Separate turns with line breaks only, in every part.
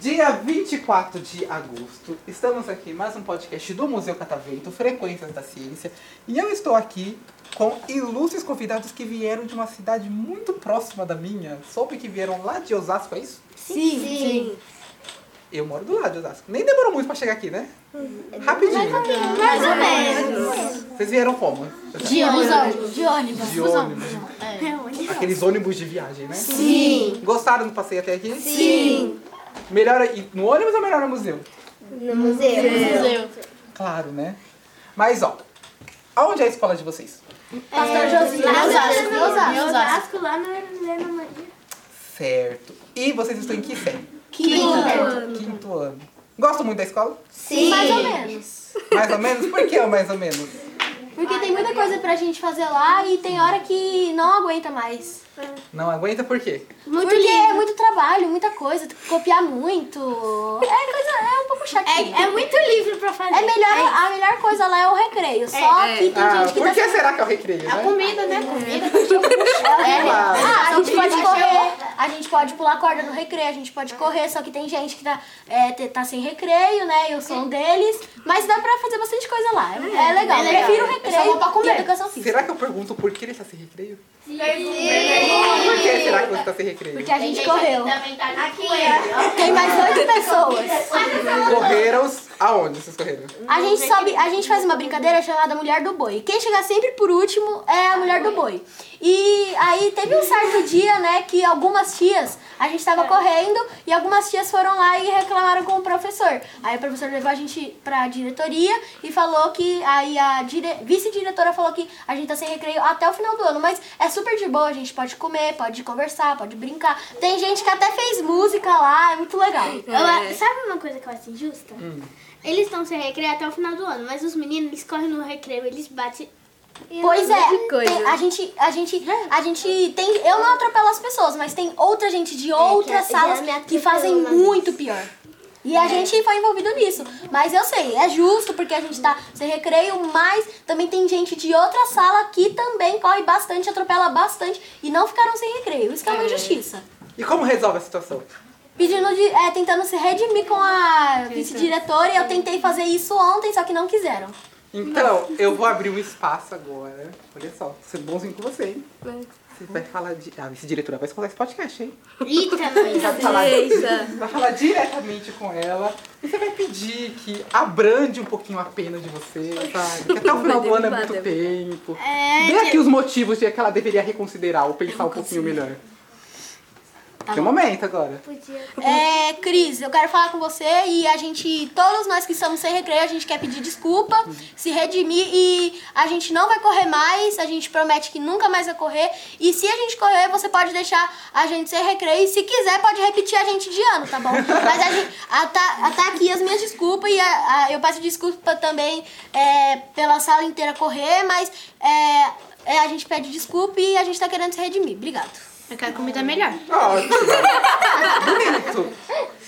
Dia 24 de agosto, estamos aqui em mais um podcast do Museu Catavento, Frequências da Ciência, e eu estou aqui com ilustres convidados que vieram de uma cidade muito próxima da minha. Soube que vieram lá de Osasco, é isso?
Sim, sim.
Eu moro do lado de Osasco. Nem demorou muito pra chegar aqui, né? Rapidinho.
Uhum. Mais ou menos.
Vocês vieram como?
De ônibus. De ônibus.
De ônibus. Aqueles ônibus de viagem, né?
Sim.
Gostaram do passeio até aqui?
Sim.
Melhor ir no ônibus ou melhor no museu?
No museu. museu.
Claro, né? Mas, ó, aonde é a escola de vocês?
Pastor Josias. Osasco. Osasco. Osasco.
lá na Helena Maria.
Certo. E vocês estão em que série?
Quinto.
Quinto ano. Gostam muito da escola?
Sim.
Mais ou menos.
Mais ou menos? Por que é o mais ou menos?
Porque tem muita coisa pra gente fazer lá e tem hora que não aguenta mais.
Não aguenta por quê?
Muito Porque é muito trabalho, muita coisa, tem que copiar muito. É coisa, é um pouco chato.
É, é muito livro pra fazer.
É melhor, a melhor coisa lá é o recreio. Só
é.
que tem
Ah,
gente que
por
tá.
que será que é o recreio,
A
né?
comida, né? Comida.
É,
Claro.
Ah, a gente pode correr, a gente pode pular corda no recreio, a gente pode correr, só que tem gente que tá, é, te- tá sem recreio, né? E o som deles. Mas dá pra fazer bastante coisa lá. É, é legal.
é legal.
Prefiro
Eu
o
só
recreio
vou pra
e
comer.
educação física.
Será que eu pergunto por que ele está sem recreio?
Sim.
Por que será que você está sem recreio?
Porque a gente correu.
Aqui.
Tem mais oito pessoas.
Correram aonde vocês correram?
A gente sobe, a gente faz uma brincadeira chamada Mulher do Boi. Quem chegar sempre por último é a Mulher do Boi. E aí teve um certo dia, né, que algumas tias, a gente tava correndo e algumas tias foram lá e reclamaram com o professor. Aí o professor levou a gente pra diretoria e falou que aí a dire- vice-diretora falou que a gente tá sem recreio até o final do ano, mas é super de boa, a gente pode comer, pode conversar, pode brincar. Tem gente que até fez música lá, é muito legal.
é.
Eu- sabe uma coisa que eu acho injusta?
Hum.
Eles estão sem recreio até o final do ano, mas os meninos eles correm no recreio, eles batem. e
Pois
não-
é, tem- a gente, a gente,
É.
a gente tem, eu não atropelo as pessoas, mas tem outra gente de outras
É, que a-
salas
já me
que
atropelou É.
fazem
uma
muito pior. E a gente foi envolvido nisso. Mas eu sei, é justo porque a gente tá sem recreio, mas também tem gente de outra sala que também corre bastante, atropela bastante e não ficaram sem recreio. Isso que é uma injustiça.
E como resolve a situação?
Pedindo de, é, tentando se redimir com a vice-diretora e
É.
eu tentei fazer isso ontem, só que não quiseram.
Então, eu vou abrir um espaço agora. Olha só, vou ser bonzinho com você, hein? Você vai falar de. Ah, vice-diretora vai escutar esse podcast, hein?
Eita, nós.
Vai falar, vai falar diretamente com ela. E você vai pedir que abrande um pouquinho a pena de você, sabe? Porque até o final do ano é muito tempo. Dê aqui os motivos de que ela deveria reconsiderar ou pensar um pouquinho melhor. Tem um momento agora.
É, Cris, eu quero falar com você e a gente, todos nós que estamos sem recreio, a gente quer pedir desculpa, se redimir e a gente não vai correr mais, a gente promete que nunca mais vai correr. E se a gente correr, você pode deixar a gente sem recreio e se quiser pode repetir a gente de ano, tá bom? Mas a gente, a, tá, a, tá aqui as minhas desculpas e a- a- eu peço desculpa também é, pela sala inteira correr, mas é, é, a gente pede desculpa e a gente tá querendo se redimir. Obrigado.
Eu quero comida melhor.
Ótimo. Bonito.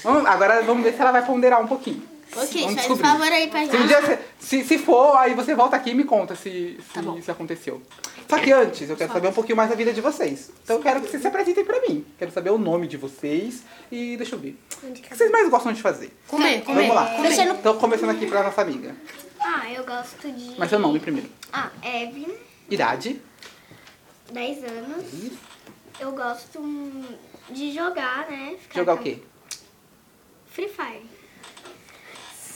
Vamos- agora vamos ver se ela vai ponderar um pouquinho.
Ok,
Vamos
faz um
descobrir.
favor aí pra
Se, um
gente.
dia você- se, se for, aí você volta aqui e me conta se, se isso aconteceu. Tá Só que antes, eu quero saber um pouquinho mais da vida de vocês. Então eu quero que vocês se apresentem pra mim. Quero saber o nome de vocês e deixa eu ver. O que é? vocês mais gostam de fazer?
Comer, comer.
Vamos lá. Então começando aqui pra nossa amiga.
Ah, eu gosto de.
Mas seu nome primeiro.
Ah, Evelyn,
Idade.
10 anos. Eu gosto hum, de jogar, né? Ficar
Jogar o
com-
quê?
Free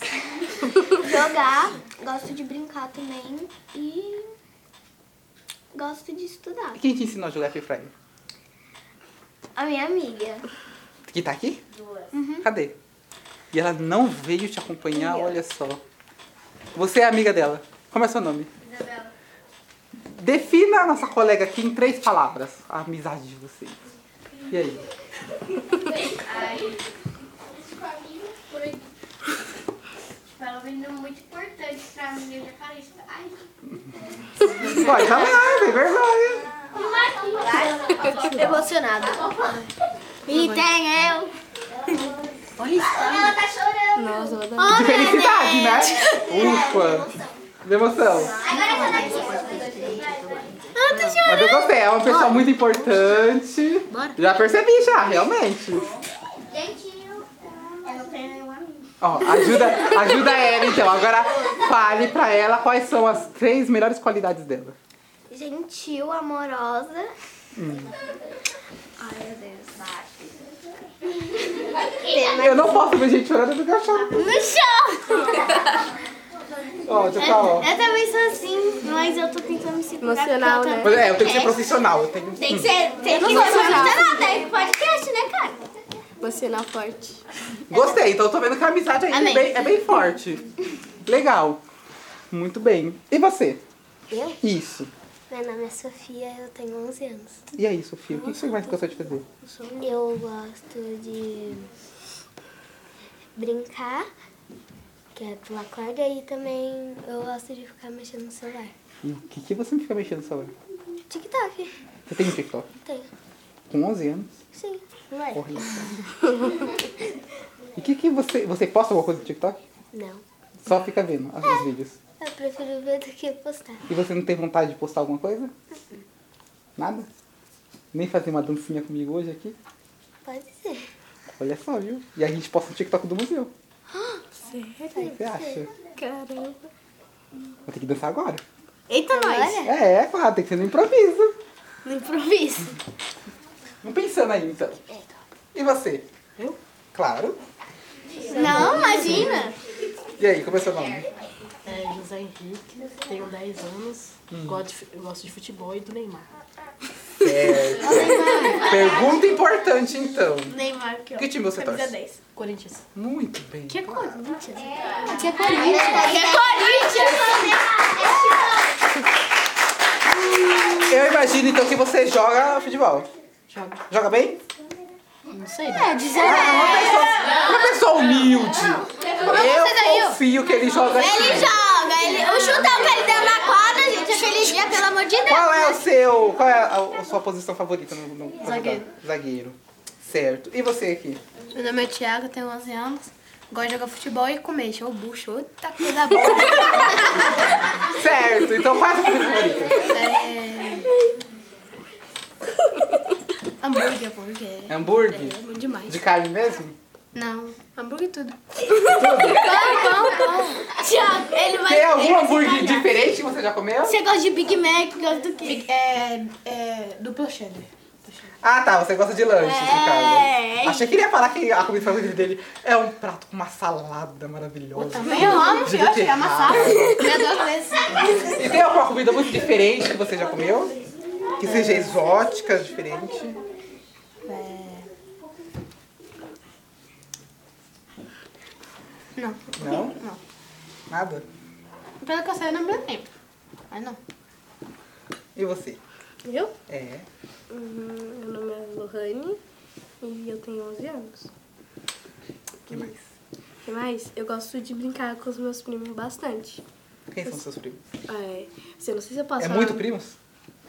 Fire. jogar, gosto de brincar também e gosto de estudar.
E quem te ensinou a jogar Free Fire?
A minha amiga.
Que tá aqui? Uhum. Cadê? E ela não veio te acompanhar, olha só. Você é amiga dela. Como é seu nome? Isabela. Defina a nossa colega aqui em três palavras a amizade de vocês. E aí?
Pelo menos muito importante pra mim, eu já falei isso. Ai,
Pode falar, tem vergonha.
Emocionada.
E tem eu.
Olha isso.
Ela tá chorando.
Nossa, vai dar-
De felicidade, né? Ufa. De emoção.
Ela tá chorando.
Mas eu gostei, é uma pessoa muito importante.
Bora.
Já percebi, já, realmente.
Gente, eu... Eu não tenho nenhum amigo.
Ó, ajuda, ajuda ela, então. Agora fale pra ela quais são as três melhores qualidades dela.
Gentil, amorosa.
Eu não posso ver gente chorando do cachorro.
No chão!
Ó, deixa eu falar, ó.
Eu também sou assim, mas eu tô tentando me segurar. porque
Emocional,
eu
né?
Mas, é, eu tenho que ser profissional. Eu tenho...
Tem que ser. Tem que
não
ser
sou social.
profissional, tem podcast, né, cara?
É.
Você na forte.
Gostei, então eu tô vendo que a amizade ainda é
Amém.
bem, é bem forte. Legal. Muito bem. E você?
Eu?
Isso.
Meu nome é Sofia, eu tenho 11 anos.
E aí, Sofia, o que você mais gostou de fazer?
Eu gosto de brincar, que é pular corda, e também eu gosto de ficar mexendo no celular.
E o que, que você fica mexendo no celular?
TikTok,
Você tem um TikTok?
tenho.
Com 11 anos?
Sim, não é?
Olha só. E o que, que você... Você posta alguma coisa no TikTok?
Não.
Só fica vendo os vídeos.
Eu prefiro ver do que postar.
E você não tem vontade de postar alguma coisa? Nada? Nem fazer uma dancinha comigo hoje aqui?
Pode ser.
Olha só, viu? E a gente posta no TikTok do museu.
Sério?
Você acha?
Caramba.
Vou ter que dançar agora.
Eita, nós.
Olha,
É, é claro, tem que ser no improviso.
No improviso.
Não pensando aí, então. E você? Eu? Claro.
não, imagina.
E aí, como é seu nome?
É José Henrique, tenho 10 anos, gosto, de, fu- eu gosto de futebol e do Neymar.
Pergunta importante, então.
Neymar, que
Que time você torce?
Corinthians.
Muito bem.
Que coisa?
Aqui é Corinthians.
É Corinthians!
Eu imagino, então, que você joga futebol.
Joga.
Joga bem?
Não sei.
É, dizer.
Uma pessoa humilde. Eu confio que ele joga
Ele
assim.
joga, ele, o chutão que ele deu na quadra, gente, aquele dia, pelo amor de Deus.
Qual é o seu... Qual é a, a sua posição favorita no... no no-
Zagueiro.
Zagueiro. Certo. E você aqui?
Meu nome é Thiago, tenho 11 anos. Gosto de jogar futebol e comer showbu, show, outra coisa boa.
Certo. Então, qual é a sua comida favorita?
É. hambúrguer, hambúrguer.
Hambúrguer?
É bom demais.
De carne mesmo?
Não, hambúrguer e tudo.
Tiago, ele vai.
Tem algum hambúrguer diferente que você já comeu?
Você gosta de Big Mac, gosta do quê?
É, é duplo cheddar.
Ah, tá. Você gosta de lanches, no
É.
caso. Achei que ele ia falar que a comida favorita dele é um prato com uma salada maravilhosa.
Eu amo,
De
eu acho que é
beterraba.
amassado. Minha duas vezes.
E tem alguma comida muito diferente que você já comeu? Que seja exótica, diferente?
Não,
Não? Nada?
pelo que eu sei, eu não me lembro. Mas não.
E você?
Eu?
É.
Hum, Meu nome é Lohane e eu tenho 11 anos.
que mais?
O que mais? Eu gosto de brincar com os meus primos bastante.
Quem são seus primos?
É, assim, eu não sei se eu posso
É
falar-
muito primos?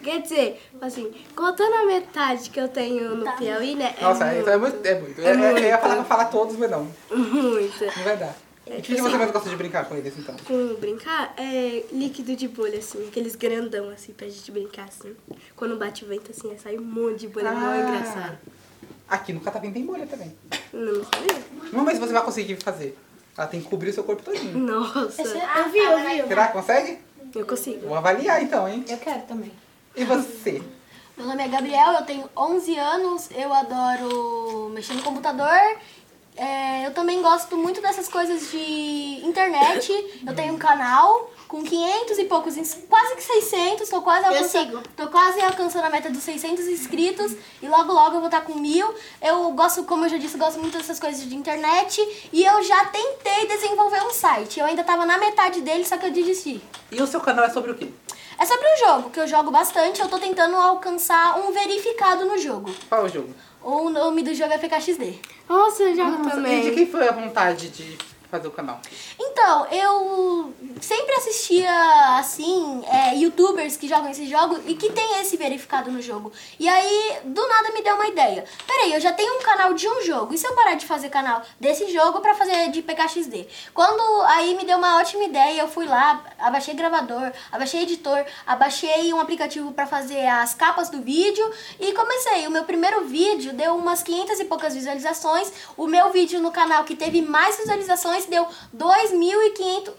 Quer dizer, assim, contando a metade que eu tenho
Tá.
no Piauí, né?
Nossa,
é
então é
muito.
muito. É muito. É, é- eu ia falar pra falar todos, mas não.
muito.
Não vai dar. E o que que você mais gosta de brincar com eles, então?
Com brincar, é líquido de bolha, assim, aqueles grandão, assim, pra gente brincar, assim. Quando bate o vento, assim, aí sai um monte de bolha, mó
Ah.
engraçado.
Aqui no Catavim tem bolha também.
Não sabia?
Não, mas você vai conseguir fazer. Ela tem que cobrir o seu corpo todinho.
Nossa,
Eu vi, eu vi.
Será que consegue?
eu consigo.
Vou avaliar então, hein?
Eu quero também.
E você?
Meu nome é Gabriel, eu tenho 11 anos, eu adoro mexer no computador. É, eu também gosto muito dessas coisas de internet. Eu tenho um canal com 500 e poucos, ins- quase que 600, tô quase alcançando,
sigo.
tô quase alcançando a meta dos 600 inscritos e logo logo eu vou estar com mil. Eu gosto, como eu já disse, eu gosto muito dessas coisas de internet e eu já tentei desenvolver um site. Eu ainda tava na metade dele, só que eu desisti.
E o seu canal é sobre o quê?
É sobre um jogo que eu jogo bastante, eu tô tentando alcançar um verificado no jogo.
Qual é o jogo?
O nome do jogo é PKXD.
Nossa, eu jogo
Ah, E de
também.
quem foi a vontade de fazer o canal?
Então, eu sempre assisti assistia, assim, é, youtubers que jogam esse jogo e que tem esse verificado no jogo. E aí, do nada me deu uma ideia. Peraí, eu já tenho um canal de um jogo. E se eu parar de fazer canal desse jogo pra fazer de PKXD? Quando aí me deu uma ótima ideia, eu fui lá, abaixei gravador, abaixei editor, abaixei um aplicativo pra fazer as capas do vídeo e comecei. O meu primeiro vídeo deu umas 500 e poucas visualizações. O meu vídeo no canal que teve mais visualizações deu 2.500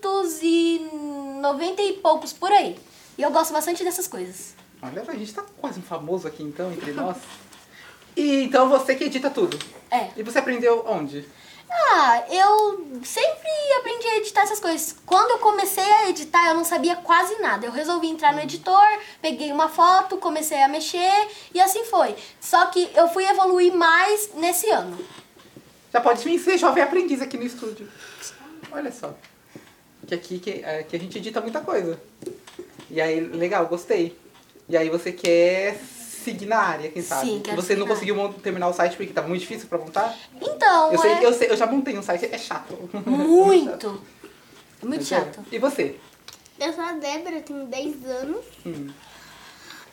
2.590 e poucos por aí. E eu gosto bastante dessas coisas.
Olha, a gente tá quase um famoso aqui então, entre nós. E então você que edita tudo.
É.
E você aprendeu onde?
Ah, eu sempre aprendi a editar essas coisas. Quando eu comecei a editar, eu não sabia quase nada. Eu resolvi entrar no editor, peguei uma foto, comecei a mexer e assim foi. Só que eu fui evoluir mais nesse ano.
Já pode vir ser jovem aprendiz aqui no estúdio. Olha só. Que aqui que, é, que a gente edita muita coisa. E aí, legal, gostei. E aí você quer seguir na área, quem sabe?
Sim, quero
você
seguir
não
na
conseguiu mon- terminar o site porque tava muito difícil pra montar?
Então,
eu, sei,
é
eu sei, eu já montei um site, é chato.
muito. É muito
Mas é.
chato.
E você?
Eu sou a Débora, eu tenho 10 anos.
Hum.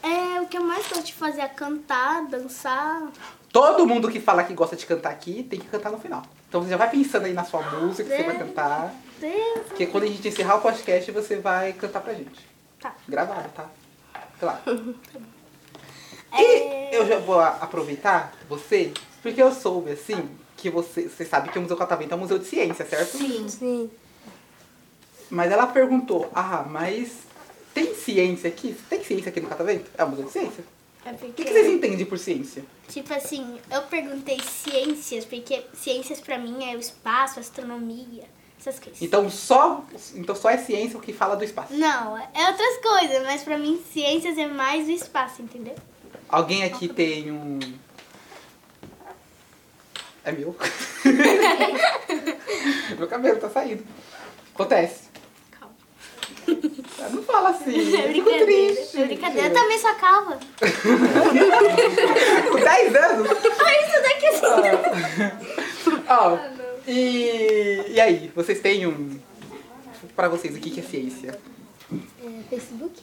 É, o que eu mais gosto de fazer é cantar, dançar.
Todo mundo que fala que gosta de cantar aqui tem que cantar no final. Então você já vai pensando aí na sua música que você
É.
vai cantar.
Deus.
Porque quando a gente encerrar o podcast, você vai cantar pra gente.
Tá.
Gravado, tá? Claro. E
É.
eu já vou a- aproveitar você, porque eu soube, assim, que você, você sabe que o Museu Catavento é um museu de ciência, certo?
Sim.
Mas ela perguntou, ah, mas tem ciência aqui? Tem ciência aqui no Catavento? É um museu de ciência?
É
O que,
porque,
que vocês entendem por ciência?
tipo assim, eu perguntei ciências, porque ciências pra mim é o espaço, astronomia, essas coisas.
Então só, então só é ciência o que fala do espaço.
Não, é outras coisas, mas pra mim ciências é mais o espaço, entendeu?
Alguém aqui tem um. É meu? meu cabelo tá saindo. Acontece.
Calma.
Ah, Não fala assim.
É
eu fico
brincadeira,
triste.
é brincadeira. Eu também sou calva.
Com 10 anos?
Isso daqui assim.
Ó, e, e aí, vocês têm um. Pra vocês, o que, que é ciência?
É,
Facebook?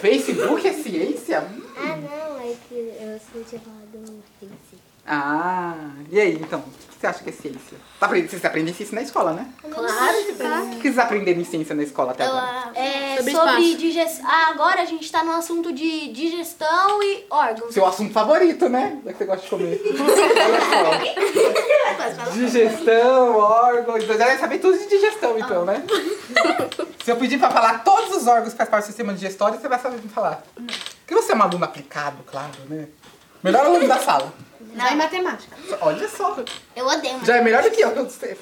Facebook é ciência? Hum.
Ah, não, é que eu você tinha falado no Facebook.
Ah, e aí então? O que você acha que é ciência? Tá aprendendo- Vocês aprendem ciência na escola, né? Claro. O que tá. vocês aprenderam em ciência na escola até agora?
É,
Sobre
sobre,
espaço.
digestão. Ah, agora a gente tá no assunto de digestão e órgãos.
Seu assunto favorito, né? Já que você gosta de comer. Olha só. Digestão, órgãos. Eu já deve saber tudo de digestão, então, né? Se eu pedir pra falar todos os órgãos que fazem parte do sistema digestório, você vai saber me falar. Porque você é um aluno aplicado, claro, né? Melhor aluno da sala.
Não é matemática.
Olha só.
Eu odeio, mas
Já é melhor do que eu, que eu sei.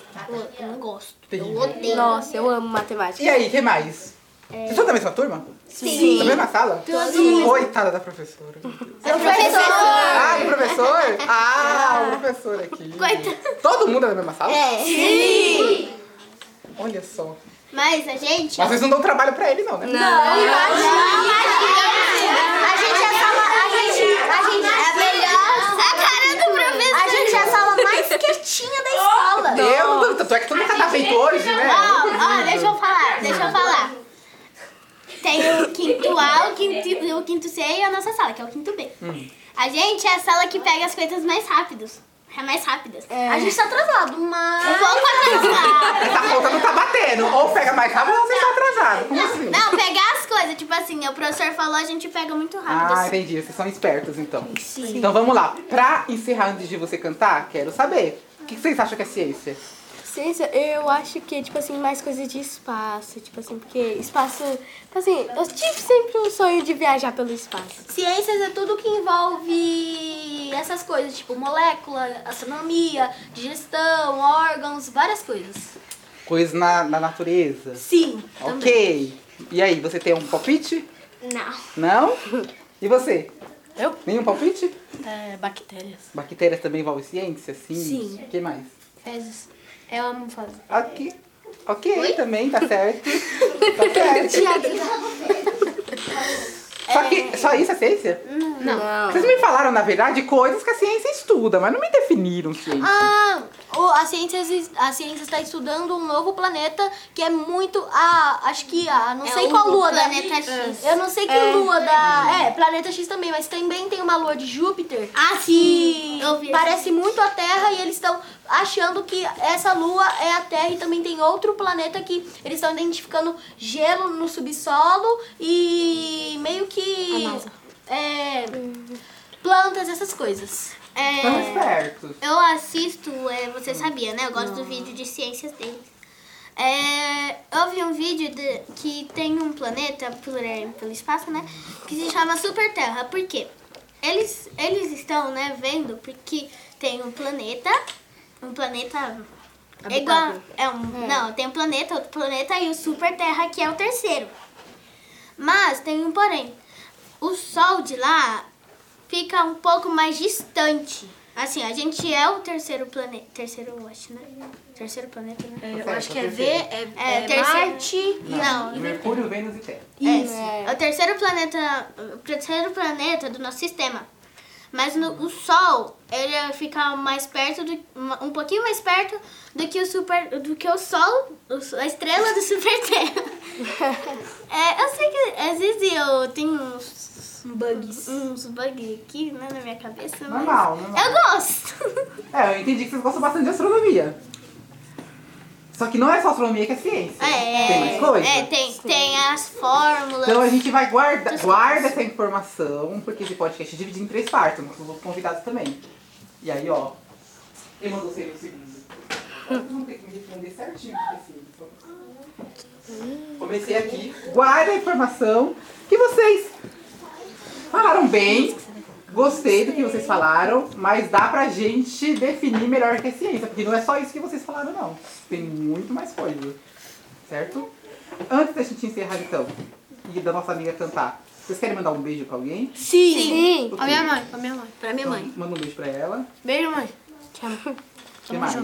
eu não gosto.
Terrível.
Nossa, eu amo matemática.
E aí, o que mais? Vocês são da mesma turma? É. Sim. Da mesma sala? Sim. Coitada da professora.
Professor!
Ah, o professor? Ah, o professor aqui. Todo mundo é da mesma sala?
É.
Olha só.
Mas a gente.
Mas vocês não dão trabalho pra ele, não, né?
A gente é a sala. A gente, a gente é a melhor.
A cara do professor!
A gente é a sala mais quietinha da escola.
Eu não dou, tanto é que todo mundo tá feito hoje, né?
Ó, ó, deixa eu falar, deixa eu falar. Tem o quinto A, o quinto, o quinto C e a nossa sala, que é o quinto B.
Hum.
A gente é a sala que pega as coisas mais rápidos. É mais rápidas.
A gente tá atrasado, mas.
Um pouco atrasado.
Essa conta não tá batendo. Ou pega mais rápido ou você tá atrasado. Como assim?
Não, pegar as coisas, tipo assim, o professor falou, a gente pega muito rápido.
Ah, entendi. Vocês são espertos, então. Sim. Então vamos lá. Pra encerrar antes de você cantar, quero saber. O que vocês acham que é ciência?
Ciência, eu acho que, tipo assim, mais coisa de espaço, tipo assim, porque espaço, tipo assim, eu tive sempre um sonho de viajar pelo espaço.
Ciências é tudo que envolve essas coisas, tipo molécula, astronomia, digestão, órgãos, várias coisas.
Coisas na, na natureza.
Sim,
Ok. E aí, você tem um palpite? Não. Não? E você?
Eu?
Nenhum palpite?
É, bactérias.
Bactérias também envolvem ciência? Sim. Sim. O que mais?
Fezes. Eu amo fezes.
Aqui. Ok, também, tá certo. tá certo. Só que só isso é ciência?
Não.
Vocês me falaram, na verdade, coisas que a ciência estuda, mas não me definiram ciência.
Ah, o- a ciência exi- a ciência está estudando um novo planeta que é muito a acho que a não
É
sei
o
qual lua da
planeta X.
Eu não sei que lua da é planeta X também, mas também tem uma lua de Júpiter.
Ah,
que
Eu vi
parece muito a Terra e eles estão achando que essa lua é a Terra e também tem outro planeta que eles estão identificando gelo no subsolo e meio que é, plantas essas coisas.
Estão espertos.
É, Eu assisto, é, você sabia, né? Eu gosto do vídeo de ciências dele. É, eu vi um vídeo de- que tem um planeta por- é, pelo espaço, né? Que se chama Super Terra. Por quê? Eles, eles estão, né, vendo porque tem um planeta, um planeta é igual. É um, Não, tem um planeta, outro planeta e o Super Terra, que é o terceiro. Mas tem um porém. O Sol de lá fica um pouco mais distante. Assim, a gente é o terceiro planeta. Terceiro, eu acho, né? Terceiro planeta, né?
É, eu
Certo,
acho que é
perfeito.
V, é,
É,
é
terceiro.
Marte.
Não,
Mercúrio, Vênus e Terra.
Isso. É o terceiro planeta, o terceiro planeta do nosso sistema. Mas no- o Sol, ele fica mais perto do, um pouquinho mais perto do que o super, do que o Sol, o Sol- a estrela do Super Terra. É, eu sei que às vezes eu tenho uns bugs, uns bugs aqui né, na minha cabeça, mas
Normal, normal.
eu gosto.
É, eu entendi que vocês gostam bastante de astronomia. Só que não é só astronomia que é ciência.
É,
tem mais coisa.
É, tem, tem as fórmulas.
Então a gente vai guardar guarda essa informação, porque esse podcast é dividido em três partes, mas eu vou convidados também. E aí, ó, eu mando você no segundo. Vocês vão ter que me responder certinho. porque assim, Comecei aqui, guarda a informação que vocês falaram bem. Gostei do que vocês falaram, mas dá pra gente definir melhor o que é ciência, porque não é só isso que vocês falaram, não. Tem muito mais coisa. Certo? Antes da gente encerrar, então, e da nossa amiga cantar, vocês querem mandar um beijo pra alguém?
Sim.
Pra minha mãe, pra minha mãe.
Pra minha mãe.
Manda um beijo pra ela.
Beijo, mãe.
Que mais?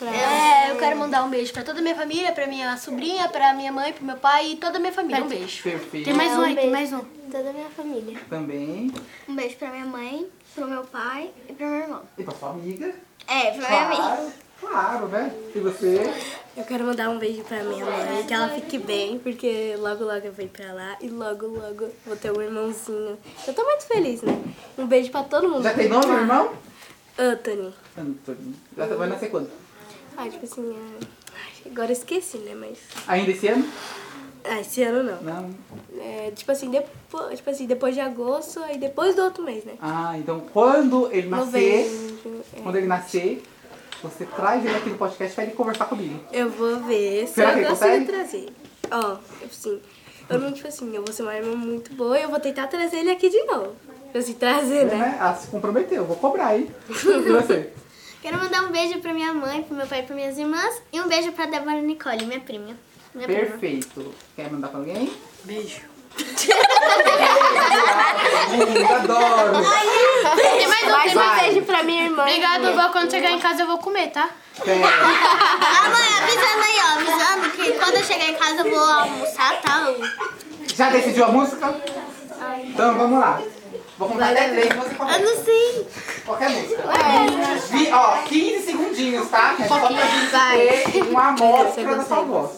É, eu quero mandar um beijo pra toda a minha família, pra minha sobrinha, pra minha mãe, pro meu pai e toda a minha família. Um beijo.
Perfeito.
Tem mais um aí, tem
beijo.
mais um.
Toda a minha família.
Também.
Um beijo pra minha mãe, pro meu pai e pro meu irmão.
E pra sua amiga.
É, pra minha mãe.
Claro, claro, né? E você?
Eu quero mandar um beijo pra minha mãe, que ela fique bem, porque logo logo eu vou ir pra lá e logo logo vou ter um irmãozinho. Eu tô muito feliz, né? Um beijo pra todo mundo.
Já tem nome, irmão?
Anthony.
Antônio. Já tá- vai nascer quando?
Ah, tipo assim, é... Ai, agora eu esqueci, né? Mas.
Ainda esse ano?
Ah, esse ano não.
Não.
É, tipo, assim, depois, tipo assim, depois de agosto e depois do outro mês, né?
Ah, então quando ele nascer,
Novembro.
quando ele nascer, você traz ele aqui no podcast pra ele conversar comigo.
Eu vou ver se
Será que
eu
ele
consigo
consegue?
trazer. Ó, tipo assim, eu não, tipo assim, eu vou ser uma irmã muito boa e eu vou tentar trazer ele aqui de novo. Tipo assim, trazer, né?
Né? Ela se comprometeu, vou cobrar, hein? E
É
você?
Quero mandar um beijo pra minha mãe, pro meu pai e pra minhas irmãs. E um beijo pra Débora Nicole, minha prima. Minha prima.
Perfeito. Quer mandar pra alguém?
Beijo.
Lindo, adoro!
Tem mais um, tem mais
Vai.
Então Beijo pra minha irmã.
Obrigado, vó. Quando chegar em casa eu vou comer, tá?
Pera.
Ah, mãe, avisando aí, ó. Avisando que quando eu chegar em casa eu vou almoçar, tá? Eu
Já decidiu a música? Então vamos lá. Vou contar até três, você pode
não sei.
qualquer música. Vi- ó, 15 segundinhos,
Um
tá? É só pra gente ter uma amostra da sua voz.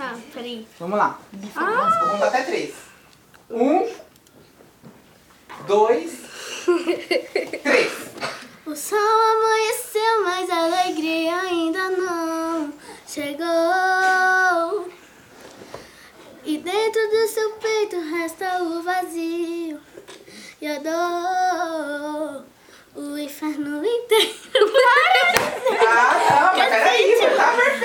Ah, peraí. Ah.
Vamos lá. Vou contar até três. Um, dois, três.
O sol amanheceu, mas a alegria ainda não chegou. E dentro do seu peito resta o vazio e a dor. O inferno inteiro.
Ah, não, mas peraí, você tá perfeito.